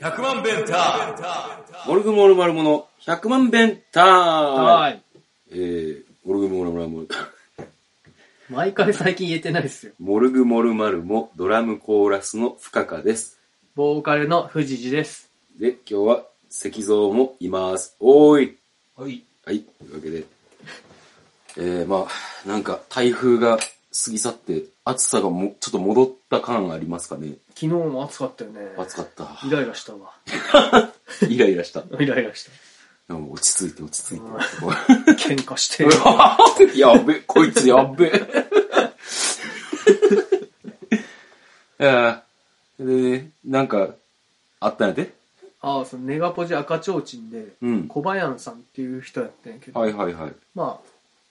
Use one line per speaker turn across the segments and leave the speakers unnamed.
100万ベンター
モルグモルマルモの100万弁タイム
はい。
えー、モルグモルマルモ、
毎回最近言えてないですよ。
モルグモルマルモ、ドラムコーラスの深川です。
ボーカルの藤次です。
で、今日は石像もいます。おーい。
はい。
はい、というわけで。えー、まあ、なんか台風が過ぎ去って、暑さがもうちょっと戻った感ありますかね。
昨日も暑かったよね。
暑か った。
イライラ したわ。
イライラした。
イライラし
でも落ち着いて落ち着いて。
た。喧嘩して。
やっべ、こいつやっべ。 いやーで、なんか、あったんやで。
ああ、そのネガポジ赤ちょうちんで、
うん
小林さんっていう人やったんやけど、
はいはいはい。
まあ、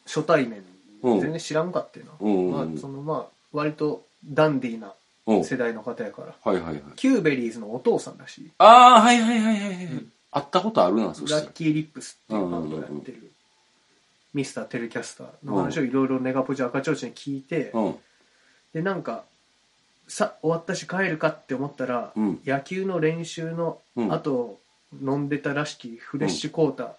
初対面、
うん
全然知らんかったよな。
うんうんうん
まあ、そのまあ、割とダンディーな
おう
世代の方やから、
はいはいはい。
キューベリーズのお父さんらしい。
ああ、はいはいはいはいはい。会ったことあるな、そした
ラ
ら
ッ。キーリップスっていうバンドをやってる、ミスターテレキャスターの話をいろいろネガポジ赤ちょうちんに聞いて、
うん。
で、なんか、さ、終わったし帰るかって思ったら、
うん
野球の練習の
うん
後、飲んでたらしきフレッシュコーター、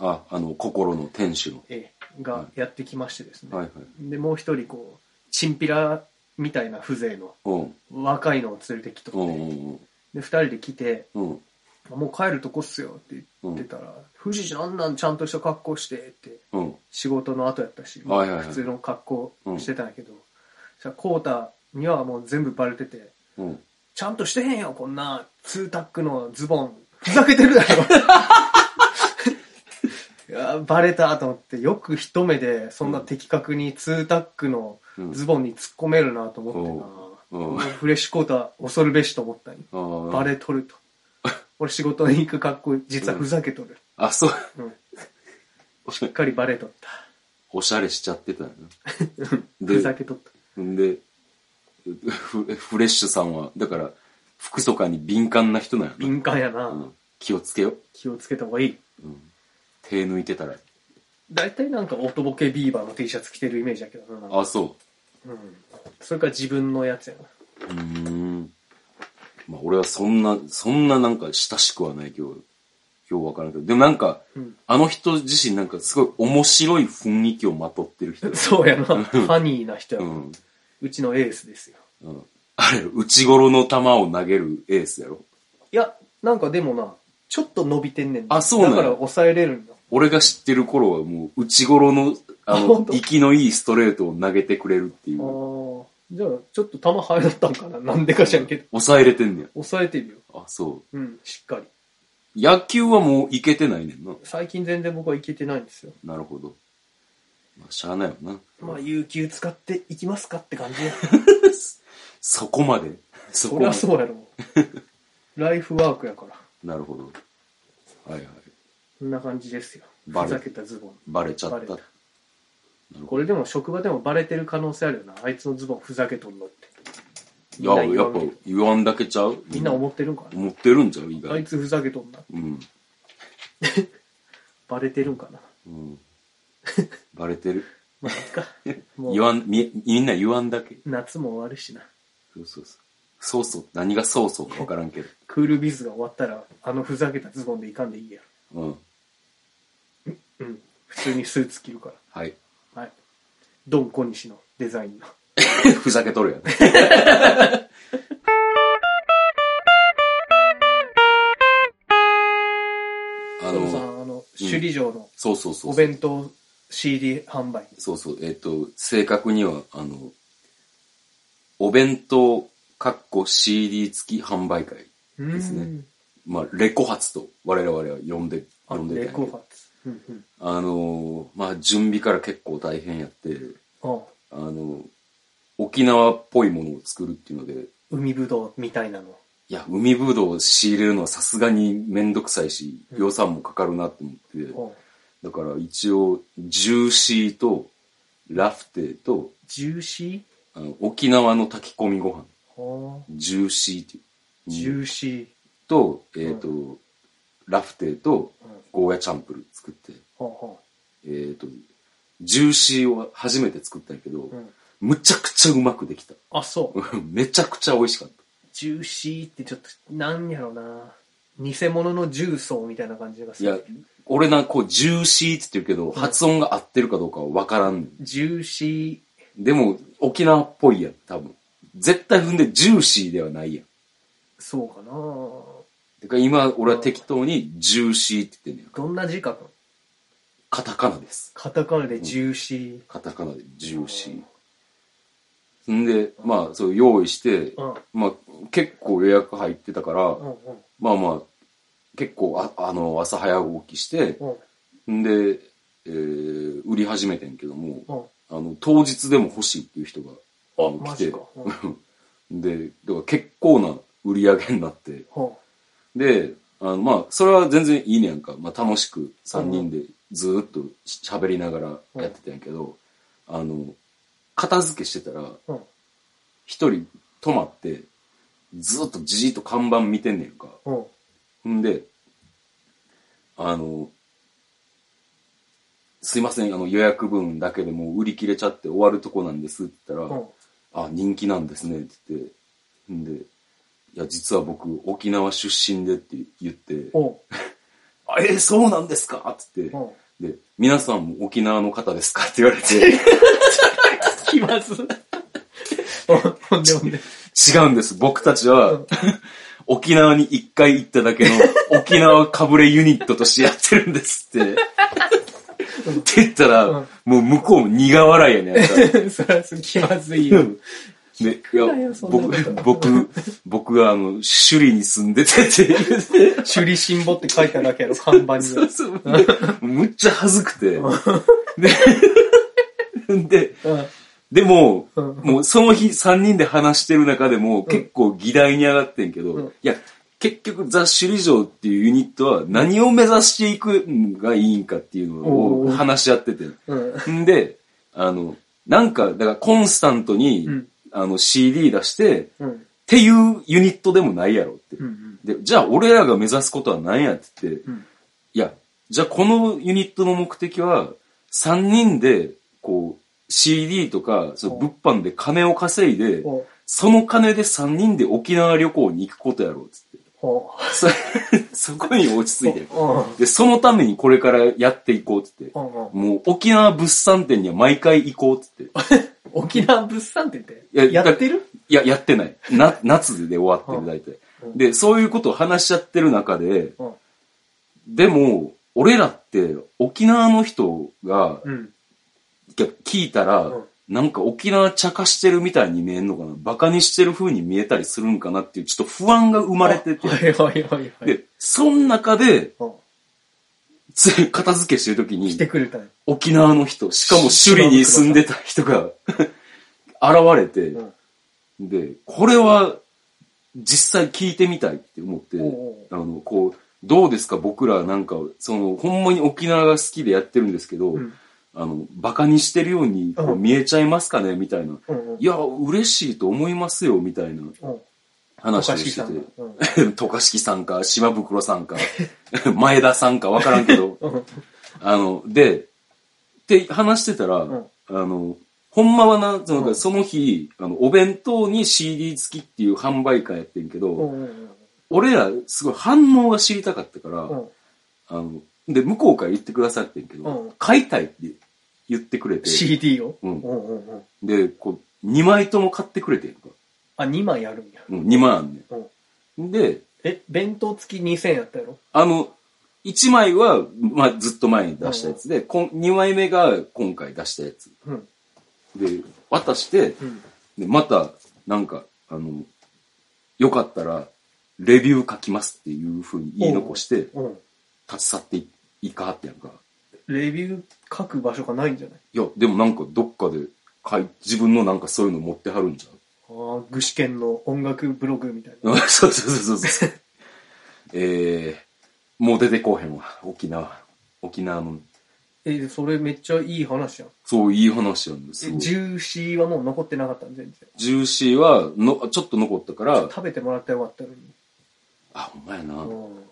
あ、あの、心の天使の。
ええがやってきましてですね、
はいはい。
でもう一人こうチンピラみたいな風情の
うん。
若いのを連れてきとって、
うん
で
うん
二人で来て
うん。うん。
「もう帰るとこっすよ」って言ってたら「富士なんなんちゃんとした格好して」って
うん。
仕事の後やったし、
はいはいはい
普通の格好してたんやけど、じゃコータにはもう全部バレてて
うん。
「ちゃんとしてへんよこんなツータックのズボンふざけて るだろ」いやバレたと思ってよく一目でそんな的確にツータックの
うん
ズボンに突っ込めるなと思ってな、
うんうん
フレッシュコーター恐るべしと思ったんよ
あー
バレとると俺仕事に行く格好実はふざけとる、
あ、そう。
うんしっかりバレとった
おしゃれしちゃってたよな。 で
ふざけとった
んで、フフレッシュさんは、だから、服とかに敏感な人なんやな。
敏感やな、
うん気をつけよ。
気をつけた方がいい
手抜いてたら。
大体なんか音ボケビーバーの T シャツ着てるイメージだけどな
あ、そ
うん、それから自分のやつや
う。
な
うーん。まあ、俺はそんな、そんななんか親しくはないけど、今日わからんけど。でもなんか、
ん
あの人自身なんかすごい面白い雰囲気をまとってる人だ。
そうやなファニーな人や
う。
な、うんちのエースですよ
うん。あれ、内頃の球を投げるエースやろ。
いやなんかでもなちょっと伸びてんねん
あそうなんや
だから抑えれるんだ
俺が知ってる頃はもう内頃の、あ
あ
の
本、当
息のいいストレートを投げてくれるっていう。
あーじゃあちょっと球入だったんかななんでか知らんけど
抑えれてんねん。
抑えてるよ
あ、そう。
うんしっかり
野球はもういけてないねんな。
最近全然僕はいけてないんですよ
なるほど。まあ、しゃあないよな。
まあ有給使っていきますかって感じや
そこまで。 そ
そ
こ
り
ま
ゃ
で。
そう やろライフワークやから
なるほど。はいはい。
こんな感じですよ
バ
ふ
レ
ざけたズボン
バレちゃっ
バレ
た
た。これでも職場でもバレてる可能性あるよなあいつのズボンふざけとんのって
いや、
みんな
や
言
っ
わん
ぱ
けど
言わんだけちゃう
みんな思ってるんか
思ってるんじゃう意
なあ
外。
いつふざけとんな
うん。
バレてるんかな
うん。バレてる。
まあいっかも
言
う
わん、み、みんな言わんだけ。
夏も終わるしな
そうそうそう。そうそう。何がそうそうかわからんけど。
クールビズが終わったらあのふざけたズボンでいかんでいいや
うん。
うん普通にスーツ着るか
はい。
らはいドン小西のデザインの
ふざけと るやん。あ
トムさ
の、
んあの首里城の
そうそうそうそ
お
う。
弁当 CD 販売
そうそう。えっ、と、正確には、あの、お弁当、かっこ CD 付き販売会。
です
ねまあ、レコ発と我々は呼んで、
あ
呼んでたん
レ
やけ
コ
ど
発うんうん
あの、まあ、準備から結構大変やって、
ああ
あの、沖縄っぽいものを作るっていうので、
海ぶどうみたいなの
いや、海ぶどうを仕入れるのはさすがにめんどくさいし、
うん
予算もかかるなって思って、
おう
だから一応、ジューシーと、ラフテーと、
ジューシ
あの沖縄の炊き込みご飯、
ーはあ
ジューシーっていう。
ジューシー
と、えっ、と、ラフテーと、ゴーヤチャンプル作って、
はあは
えっ、と、ジューシーを初めて作ったんやけど、
あうん
むちゃくちゃうまくできた。
あ、そう。
めちゃくちゃ美味しかった。
ジューシーってちょっと、なんやろな。偽物の重曹みたいな感じがす
いや
る。、
俺なんかこう、ジューシーって言ってるけど、発音が合ってるかどうかはわからんねん。
ジューシ
でも、沖縄っぽいやん、多分。絶対踏んでジューシーではないやん。
ー、そうかな
だから今、俺は適当にジューシーって言ってんねん。
どんな字書くん
カタカナです。
カタカナでジューシー。
カタカナでジューシー。んで、まあ、そう用意して、
うん。
まあ、結構予約入ってたから、
うんうん
まあまあ、結構あ、あの、朝早起きして、
うん
んで、えー、売り始めてんけども、
うん。
あの、当日でも欲しいっていう人が、あの、
マ
来
ジ
て
か。、うん
で、だから結構な売り上げになって、
うん
で、あの、まあ、それは全然いいねやんか。まあ、楽しく3人でずーっと喋りながらやってたんやけど、あの、片付けしてたら、
うん
一人泊まって、ずーっとじーっと看板見てんねんか。
うん。
ほんで、あの、すいません、あの予約分だけでもう売り切れちゃって終わるとこなんですって言った
う
ら、
ん。
あ、人気なんですねって言って、ほんで、いや、実は僕、沖縄出身でって言って、
おう
あえーそうなんですかって言
お
っ
う
て、で、皆さんも沖縄の方ですかって言われ て、
気まず。ほんでほんで。
違うんです、僕たちは、 沖縄に一回行っただ けの沖縄かぶれユニットとしてやってるんですって。って言ったら、
うん
もう向こうも苦笑いやねんやんか。
そりゃそう気まずいよ。
で、い
なよ
や
そ、んな
僕
こと、
僕、僕があの、首里に住んでてって言って、
首里辛抱って書いただけやろ、看板に。
そうそうむっちゃ恥ずくて。で、で、
うん
でも、
うん
もうその日3人で話してる中でも結構議題に上がってんけど、
うん
いや、結局ザ・首里城っていうユニットは何を目指していくのがいいんかっていうの
お
を
ー
話し合ってて。
うん。
んで、あの、なんか、だからコンスタントに、
うん
あの CD 出して、っ
うん。
ていうユニットでもないやろって。
うん。
で、じゃあ俺らが目指すことは何やって言って、
うん
いや、じゃあこのユニットの目的は、3人で、こう、CD とか、その
お
物販で金を稼いで、
おう
その金で3人で沖縄旅行に行くことやろうっつって。
おう
そ そこに落ち着いてる。
おう
で、そのためにこれからやっていこうっつって。
おうおう
もう沖縄物産展には毎回行こうっつって。
沖縄物産展って
いや
やってる
いや、やってない。な、夏で終わってる、大体
う。ん
で、そういうことを話し合ってる中で、
うん
でも、俺らって沖縄の人が
うん。
いや聞いたら、
うん
なんか沖縄茶化してるみたいに見えんのかなバカにしてる風に見えたりするんかなっていうちょっと不安が生まれてて、
はいはいはいはい。
で、そん中で、
うん
つ片付けしてる時に
来、てくれたんや
沖縄の人、しかも首里に住んでた人が現れて、
うん
で、これは実際聞いてみたいって思って、
おう
あの、こう、どうですか僕らなんか、その、ほんまに沖縄が好きでやってるんですけど、
うん
あの、バカにしてるようにこう
うん
見えちゃいますかねみたいな。
おううんうん
いや、嬉しいと思いますよ、みたいな
うん。お
話を
かしい
し
さん
て
がう ん
て。渡嘉敷さんか、島袋さんか、 前田さんかわからんけ ど、
うん。
あの、で、って話してたら、
ん
あの、ほんまはな、その,、
うん
その日、あの、お弁当に CD 付きっていう販売会やってんけど、
おうおう
俺らすごい反応が知りたかったから、
おう
あの、で、向こうから言ってくださってんけど、
うん
買いたいって言ってくれて、
CD を。
うん
おうおうおう
で、こう、2枚とも買ってくれてんか。
あ、2枚やるんや。
うん、2枚あんね
うん
ん。で、
え、弁当付き2000やったやろ
あの、1枚は、まあ、ずっと前に出したやつで、こん2枚目が今回出したやつ。
うん。
で、渡して、
うん。
で、また、なんか、あの、よかったら、レビュー書きますっていう風に言い残して、立
うん。
ち去っていいかはってやんか。
レビュー書く場所がないんじゃない
いや、でもなんかどっかで書い、自分のなんかそういうの持ってはるんじ
ああ、具志堅の音楽ブログみたいな。
ゃん。そう そうそうそう そう。えー、もう出てこうへんわ。沖縄。沖縄の、
え、それめっちゃいい話やん。
そういい話なんです
え
よ。
ジューシーはもう残ってなかったん全然。
ジューシーは、の、ちょっと残ったから、
食べてもらったらよかったのに。
あ、ほんまやな。
うん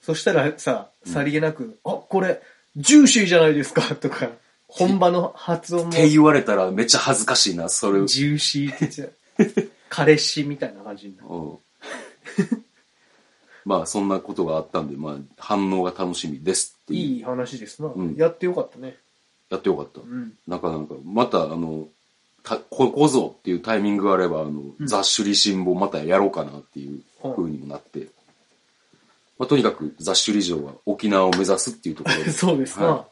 そしたらさ、さりげなく、あ、これ、ジューシーじゃないですかとか 本場の発音も
って言われたらめっちゃ恥ずかしいな、それ。
ジューシーって言っちゃう彼氏みた いな感じになる。
うん まあ、そんなことがあったんで、まあ、反応が楽しみですっていう
いい話ですな、
うん
やってよかったね。
やってよかった
う。ん。
なかなか、また、あの、たここぞっていうタイミングがあれば、あの、
うん
雑種理新聞またやろうかなっていう風にもなって、まあ、とにかく雑種理城は沖縄を目指すっていうところで、
そうですな、
は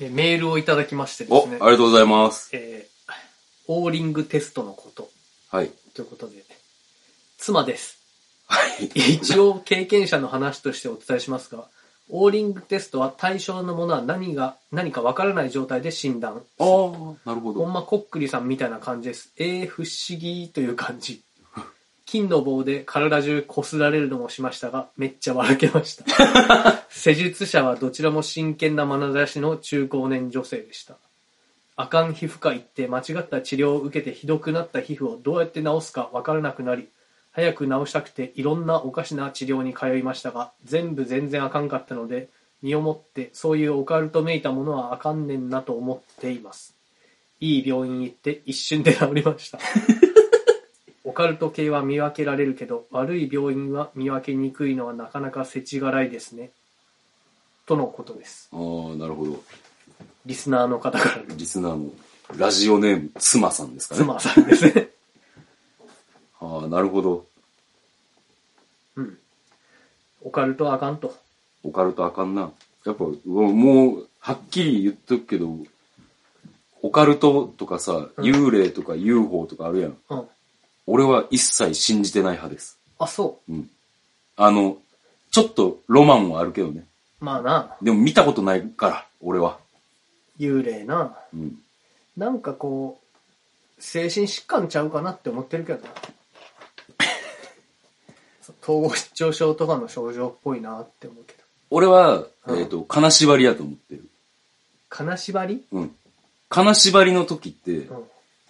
えメールをいただきましてで
お、
すね。
ありがとうございます。
えーオーリングテストのこと
はい。
ということで、妻です。
はい。
一応経験者の話としてお伝えしますが、オーリングテストは対象のものは何が、何かわからない状態で診断。
ああ、なるほ
ほん
ど。
まこっくりさんみたいな感じです。えー、不思議という感じ。金の棒で体中こすられるのもしましたが、めっちゃ笑けました。施術者はどちらも真剣な眼差しの中高年女性でした。阿寒皮膚科行って間違った治療を受けてひどくなった皮膚をどうやって治すかわからなくなり、早く治したくていろんなおかしな治療に通いましたが、全部全然あかんかったので、身をもってそういうオカルトめいたものはあかんねんなと思っています。いい病院行って一瞬で治りま した。オカルト系は見分けられるけど、悪い病院は見分けにくいのはなかなか世知辛いですね。とのことです。
ああ、なるほど。
リスナーの方からの
リスナーの、ラジオネーム、妻さんですかね。
妻さんですね。
ああ、なるほど。
うん。オカルトはあかんと。
オカルトあかんな。やっぱ、うわもう、はっきり言っとくけど、オカルトとかさ、
ん
幽霊とか UFO とかあるやん。
うん。
俺は一切信じてない派です。
あ、そ
うん。あの、ちょっとロマンはあるけどね。
う。まあな、
でも見たことないから、俺は。
幽霊な。
うん。
なんかこう、精神疾患ちゃうかなって思ってるけどな。 そう統合失調症とかの症状っぽいなって思うけど。
俺は、
うん
えっ、と、金縛りやと思ってる。
金縛り
うん。金縛りの時って、
うん。は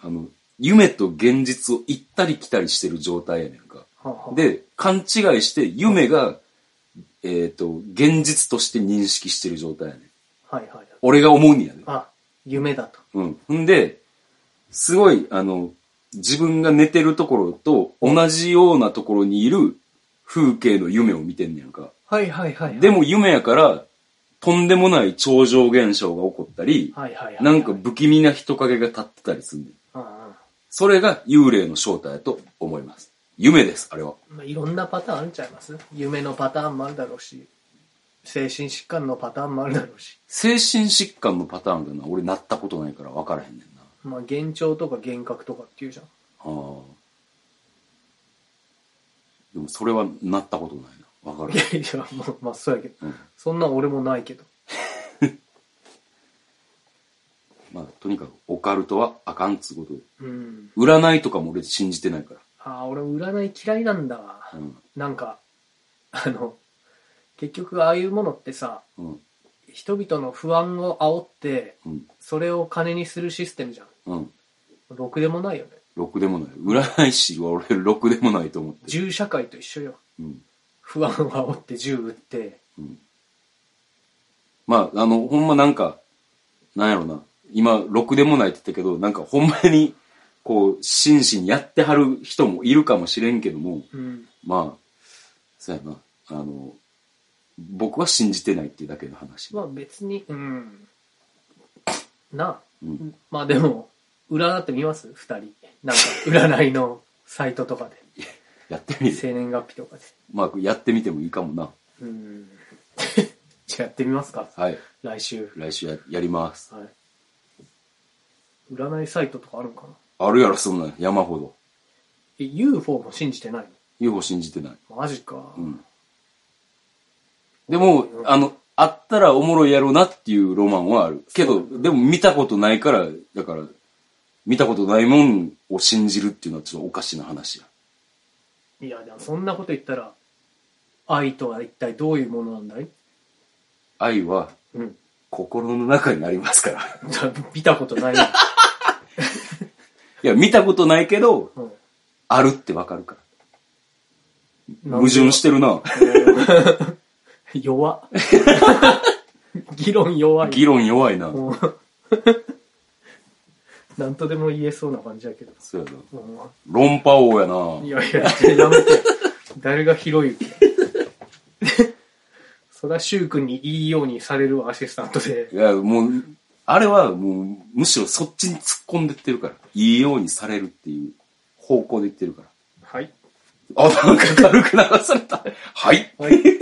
あの、夢と現実を行ったり来たりしてる状態やねんか。
あはあ、
で、勘違いして夢が、えっ、と、現実として認識してる状態やねん。
はいはい。
俺が思うにやね
あ、夢だと。
うん。ほんで、すごい、あの、自分が寝てるところと同じようなところにいる風景の夢を見てんねやんか。
はいはいはい、はい。
で、も夢やから、とんでもない超常現象が起こったり、
はいはいはい、はい。
なんか不気味な人影が立ってたりすんねん。
うんうん
それが幽霊の正体やと思います。夢です、あれは。
まあ、いろんなパターンあるんちゃいます夢のパターンもあるだろうし、精神疾患のパターンもあるだろうし、
精神疾患のパターンがな、俺なったことないから分からへんねんな。
まあ、幻聴とか幻覚とかっていうじゃん。
ああ。でもそれはなったことないな。分か
い
る
や。いや、まあ、まあ、そうやけど。
うん
そんなん俺もないけど。
まあ、とにかくオカルトはあかんっつうことで。
うん。
占いとかも俺信じてないか
ああ、俺占い嫌いなんだわ。
ら。うん。
なんか、あの、結局ああいうものってさ、
うん。
人々の不安を煽って、
うん。
それを金にするシステムじゃん。
うん。
ろくでもないよね。
ろくでもない。占い師は俺ろくでもないと思ってる。
銃社会と一緒よ。
うん。
不安を煽って銃撃って。
うん。まあ、あの、ほんまなんか、なんやろな。今、ろくでもないって言ったけど、なんかほんまに、こう、真摯にやってはる人もいるかもしれんけども、
うん。
まあ、そうやな。あの、僕は信じてないっていうだけの話。
まあ別に、うん。なあ。
うん
まあでも、占ってみます二人。なんか、占いのサイトとかで。
やってみる。
生年月日とかで。
まあ、やってみてもいいかもな。
うん。じゃあやってみますか。
はい。
来週。
来週ややります。
はい。占いサイトとかあるんかな
あるやろ、そんなん山ほど。
え、UFO も信じてない
UFO 信じてない。
のマジか。
うん。でも、あの、あったらおもろいやろうなっていうロマンはある。けど、でも見たことないから、だから、見たことないもんを信じるっていうのはちょっとおかしな話や。
いや、でもそんなこと言ったら、愛とは一体どういうものなんだい
愛は
うん。
心の中にありますから。
見たことないの。
いや、見たことないけど、
うん
あるってわかるから。
なん
矛
で
盾してるな。
弱。 議論弱い。
議論弱いな。
もうなんとでも言えそうな感じやけど。
そうやな。
も
論破王や
う。
ない
やいや、やめて。誰がひろゆき。 そりゃ、シュウ君にいいようにされるわアシスタントで。
いや、もう、あれはもう、むしろそっちに突っ込んでってるから。いいようにされるっていう方向で言ってるから。
はい。
あ、なんか軽く流され た。はい。
はい。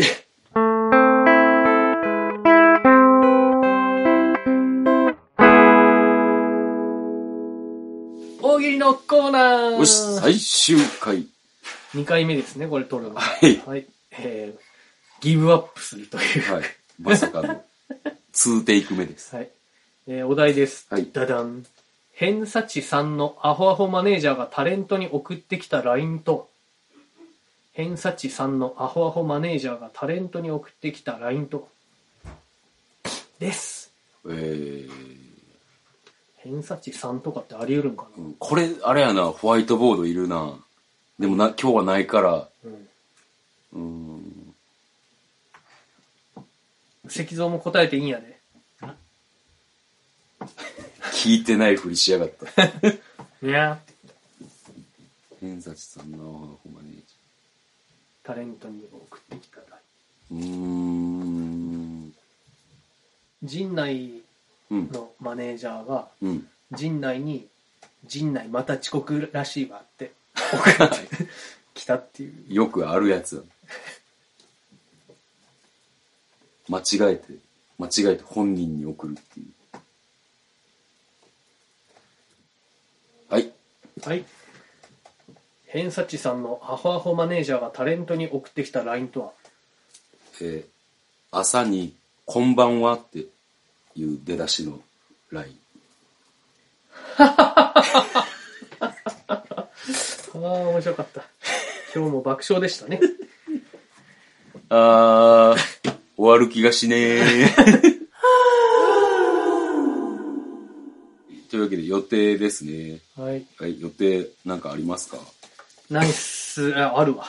大喜利のコーナー
よし、最終回。
2回目ですね、これ撮るの。はいはい。えー、ギブアップするという。
はい。まさかの、2テイク目です。
はい。えーお題です。
はい
ダダン。偏差値3のアホアホマネージャーがタレントに送ってきた LINE と、偏差値3のアホアホマネージャーがタレントに送ってきた LINE と、です。
えー、
偏差値3とかってあり得るんかな、
これ、あれやな、ホワイトボードいるな。でもな、今日はないから、うーん、
石像も答えていいんやで。
聞いてないふりしやがった。
いや。
偏差値さんのアホマネージ
タレントに送ってきた LINE。
ャー。うーん、
陣内
うん、
のマネージャーが、
うん。
陣内に、陣内また遅刻らしいわって、送ってきたっていう。
よくあるやつ間違えて、間違えて本人に送るっていう。はい。
はい。偏差値さんのアホアホマネージャーがタレントに送ってきた LINE とは、
えー朝に、こんばんはっていう出だしのライン。
ああ、面白かった。今日も爆笑でしたね。
あー、終わる気がしねー。 というわけで予定ですね。
はい。
はい、予定なんかありますか
ナイス、ああるわ。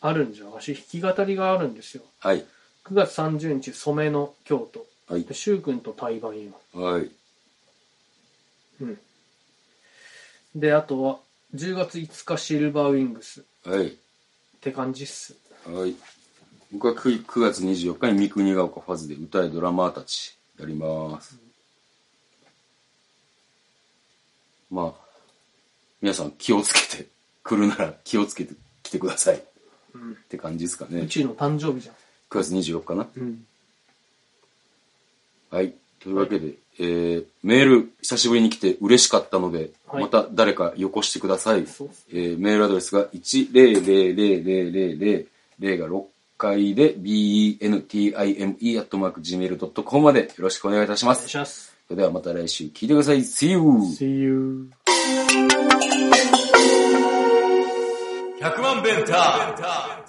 あるんじゃ、わし弾き語りがあるんですよ。
はい。
9月30日、染めの京都。
はい。
シュウ君と対バンよ。
はい。
うん。で、あとは、10月5日シルバーウィングスっ
はい。
て感じっす。
はい。僕は 9, 9月24日に三国ヶ丘ファズで歌いドラマーたちやります。まあ、皆さん気をつけて、来るなら気をつけて来てください。っ
うん。
て感じですか
宇
ね。9
宙の誕生日じゃん。
月24日な。
うん。
はい。というわけで、えー、メール久しぶりに来て嬉しかったので、
はい
また誰かよこしてください。
そうっす
えーメールアドレスが1000000、0が6回で bentime.gmail.com までよろしくお願いいたしま
お願い
す。
します。
それではまた来週聞いてください。See you!
See you.
100万ベンター